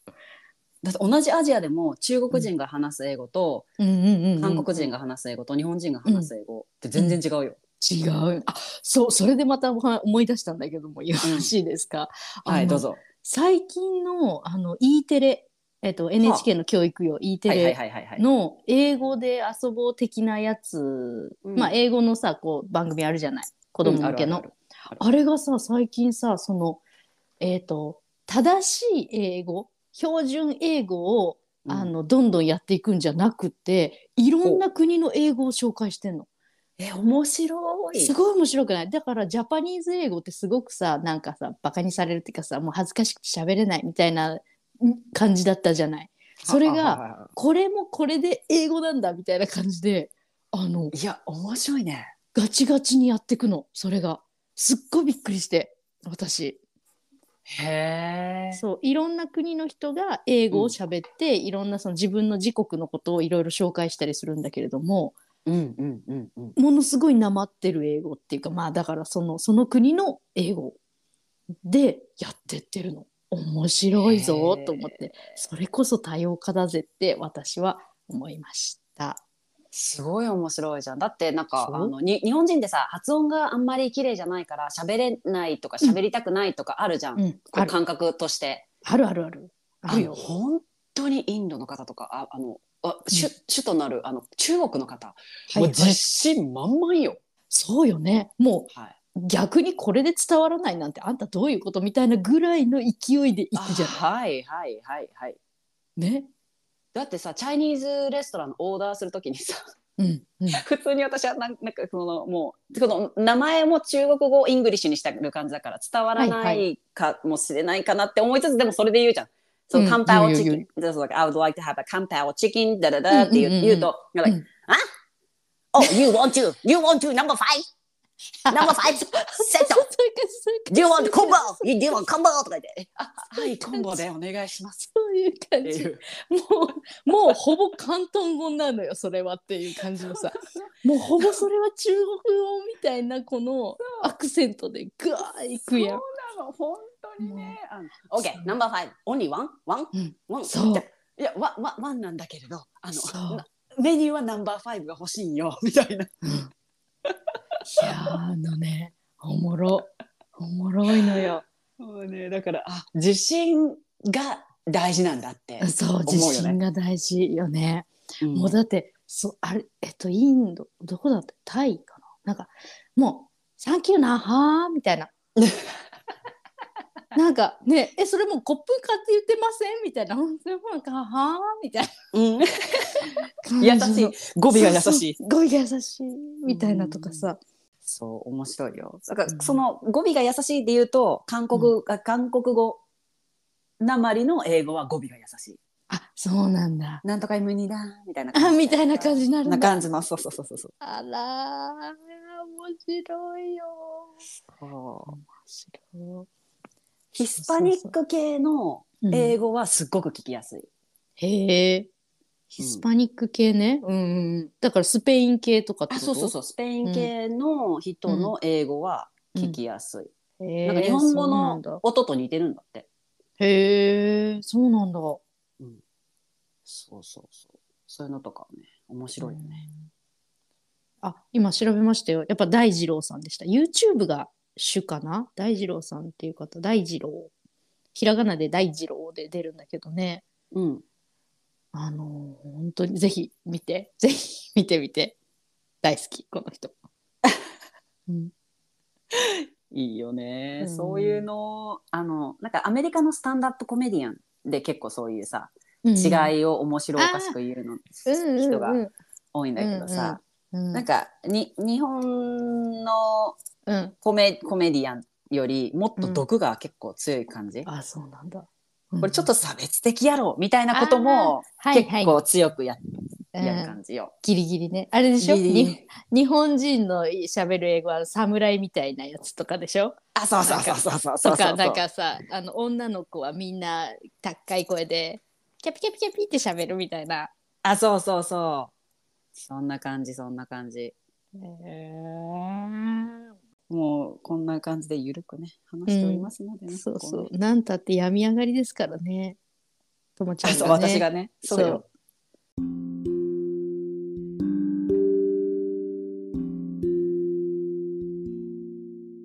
Speaker 2: だって同じアジアでも中国人が話す英語と、
Speaker 3: う,、うんうんうんうん
Speaker 2: 韓国人が話す英語と日本人が話す英語って全然違うよ、
Speaker 3: 違うあそうそれでまたお話思い出したんだけどもよろしいですか、
Speaker 2: は
Speaker 3: あ
Speaker 2: い
Speaker 3: の
Speaker 2: どうぞ
Speaker 3: 最近のあの E テレ、えっと、NHK の教育用 E テ
Speaker 2: はいはい
Speaker 3: レ
Speaker 2: はいはいはい
Speaker 3: の英語で遊ぼう的なやつ、
Speaker 2: うん
Speaker 3: まあ英語のさこう番組あるじゃない子供向けの、
Speaker 2: うんあるあるある
Speaker 3: あれがさ最近さそのえっ、と正しい英語標準英語を
Speaker 2: うん
Speaker 3: あのどんどんやっていくんじゃなくていろんな国の英語を紹介してんの。
Speaker 2: え面白い
Speaker 3: すごい面白くないだからジャパニーズ英語ってすごくさなんかさバカにされるっていうかさもう恥ずかしくて喋れないみたいなん感じだったじゃないそれ
Speaker 2: はは
Speaker 3: が
Speaker 2: はは
Speaker 3: これもこれで英語なんだみたいな感じであの
Speaker 2: いや面白いね
Speaker 3: ガチガチにやってくのそれがすっごいびっくりして私
Speaker 2: へえ
Speaker 3: そういろんな国の人が英語を喋って、いろんなその自分の自国のことをいろいろ紹介したりするんだけれども
Speaker 2: うんうんうんうん
Speaker 3: ものすごいなまってる英語っていうかまあだからそのその国の英語でやってってるの面白いぞ
Speaker 2: へー
Speaker 3: と思ってそれこそ多様化だぜって私は思いました。
Speaker 2: すごい面白いじゃん。だってなんか
Speaker 3: そう
Speaker 2: あのに日本人ってさ発音があんまり綺麗じゃないから喋れないとか喋りたくないとかあるじゃん、
Speaker 3: うん、
Speaker 2: こ
Speaker 3: あ
Speaker 2: う
Speaker 3: る
Speaker 2: 感覚として。
Speaker 3: あるあるあるある
Speaker 2: あの
Speaker 3: よ。
Speaker 2: 本当にインドの方とかああのあ主主となるあの中国の方、
Speaker 3: はい
Speaker 2: も
Speaker 3: は
Speaker 2: う
Speaker 3: い
Speaker 2: 自信満々よ。
Speaker 3: そうよねもう
Speaker 2: はい、
Speaker 3: 逆にこれで伝わらないなんてあんたどういうことみたいなぐらいの勢いでいくじゃな
Speaker 2: はいはいはいはい。
Speaker 3: いね。
Speaker 2: だってさチャイニーズレストランのオーダーするときにさ
Speaker 3: うんうん
Speaker 2: 普通に私はなんなんかそのもうこの名前も中国語をイングリッシュにしたる感じだから伝わら
Speaker 3: は
Speaker 2: ないいかもしれないかなって思いつつでもそれで言うじゃん。そうの
Speaker 3: ん
Speaker 2: カンパオ
Speaker 3: 言う
Speaker 2: チキ
Speaker 3: 言う
Speaker 2: ン、そうそう I would like to have a カンパオチキンだだだって言う,、
Speaker 3: うんうんうんうん
Speaker 2: 言うと、なんか
Speaker 3: うん
Speaker 2: あ Oh, you want to, you want to number five, number five, セット
Speaker 3: そうそうそう
Speaker 2: Do you want
Speaker 3: そう
Speaker 2: combo? You do want combo? とか言って。あ、はい、コンボでお願いします。
Speaker 3: そういう
Speaker 2: っ
Speaker 3: 感
Speaker 2: て
Speaker 3: じ
Speaker 2: いう。
Speaker 3: もうもうほぼ広東語なのよそれはっていう感じのさ もうほぼそれは中国語みたいなこのアクセントでグワーいくやん。
Speaker 2: そうなの、本当にね。オッケー、ナンバーファイブ、オンリーワン、ワン
Speaker 3: うん、
Speaker 2: ワン。
Speaker 3: そう
Speaker 2: じゃいや、ワン、ワン、ワンなんだけれど、あ
Speaker 3: そう
Speaker 2: の、なメニューはナンバーファイブが欲しいんよ みたいな。
Speaker 3: いやーあのねおもろおもろいのよ。
Speaker 2: もうね、だから、あ、自信が大事なんだって。
Speaker 3: そう
Speaker 2: 思うよね
Speaker 3: 自信が大事よね。
Speaker 2: うん
Speaker 3: もうだってそうあれえっとインドどこだったタイかななんかもう「サンキューなはー」みた いな。なんかねえそれもうコップ買って言ってませんみたいな「うんそれもなんかはー」みたいな
Speaker 2: うん
Speaker 3: 感
Speaker 2: 優
Speaker 3: じ
Speaker 2: し
Speaker 3: の
Speaker 2: い。語尾が優しい。
Speaker 3: そうそう語尾が優しいみたいなとかさ、
Speaker 2: そう面白いよ。だから、
Speaker 3: うん
Speaker 2: その語尾が優しいで言うと韓国、あ韓国語なまりの英語は語尾が優しい。
Speaker 3: あそうなんだ
Speaker 2: なんとか無理だみたいな
Speaker 3: あ
Speaker 2: 感じ。
Speaker 3: みたいな感じになるん
Speaker 2: な
Speaker 3: だ
Speaker 2: 感じのそうそうそうそうそう。
Speaker 3: あらー面白いよ面白
Speaker 2: ヒスパニック系の
Speaker 3: い、うん
Speaker 2: 英語はすっごく聞きやすい。
Speaker 3: へえヒスパニック系ね、うんうんうん、だからスペイン系とかって
Speaker 2: あ
Speaker 3: こと
Speaker 2: そうそうそうスペイン系の人の英語は聞きやすい。
Speaker 3: うへえ
Speaker 2: なんか日本語
Speaker 3: そうなん
Speaker 2: の
Speaker 3: だ
Speaker 2: 音と似てるんだって。
Speaker 3: へえそうなんだ
Speaker 2: そうそうそう。そういうのとかね面白いよね。
Speaker 3: あ今調べましたよやっぱ大二郎さんでした YouTube が主かな大二郎さんっていう方大二郎ひらがなで大二郎で出るんだけどね
Speaker 2: うん。
Speaker 3: あのー本当にぜひ見てぜひ見てみて大好きこの人、うん
Speaker 2: いいよね、
Speaker 3: うん
Speaker 2: そういうのあのなんかアメリカのスタンダップコメディアンで結構そういうさ、
Speaker 3: うん
Speaker 2: 違いを面白おかしく言うの
Speaker 3: うん
Speaker 2: 人が
Speaker 3: うんうん
Speaker 2: 多いんだけどさ、
Speaker 3: うん
Speaker 2: なんかに日本の
Speaker 3: うん、
Speaker 2: コメコメディアンよりもっと毒が結構強い感じ、
Speaker 3: あそうなんだ
Speaker 2: これちょっと差別的やろみたいなことも
Speaker 3: はい
Speaker 2: 結
Speaker 3: はい
Speaker 2: 構強くや,、
Speaker 3: うん
Speaker 2: やる感じよ。
Speaker 3: ギリギリねあれでしょ
Speaker 2: ギリギリ
Speaker 3: に日本人の喋る英語は侍みたいなやつとかでしょ
Speaker 2: あそうそうそうそうそうそ
Speaker 3: と
Speaker 2: うそう
Speaker 3: かなんかさあの女の子はみんな高い声でキャピキャピキャピって喋るみたいな。
Speaker 2: あそうそうそうそんな感じそんな感じ。もうこんな感じでゆるくね話しておりますのでね、
Speaker 3: そう
Speaker 2: こ
Speaker 3: そう
Speaker 2: ね。
Speaker 3: なんたって病み上がりですからね。ともちゃ
Speaker 2: あ
Speaker 3: ん
Speaker 2: そう
Speaker 3: がね。
Speaker 2: 私がねそうよ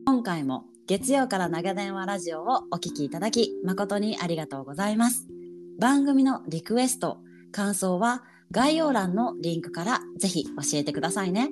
Speaker 2: 今回も月曜から長電話ラジオをお聞きいただき誠にありがとうございます番組のリクエスト感想は概要欄のリンクからぜひ教えてくださいね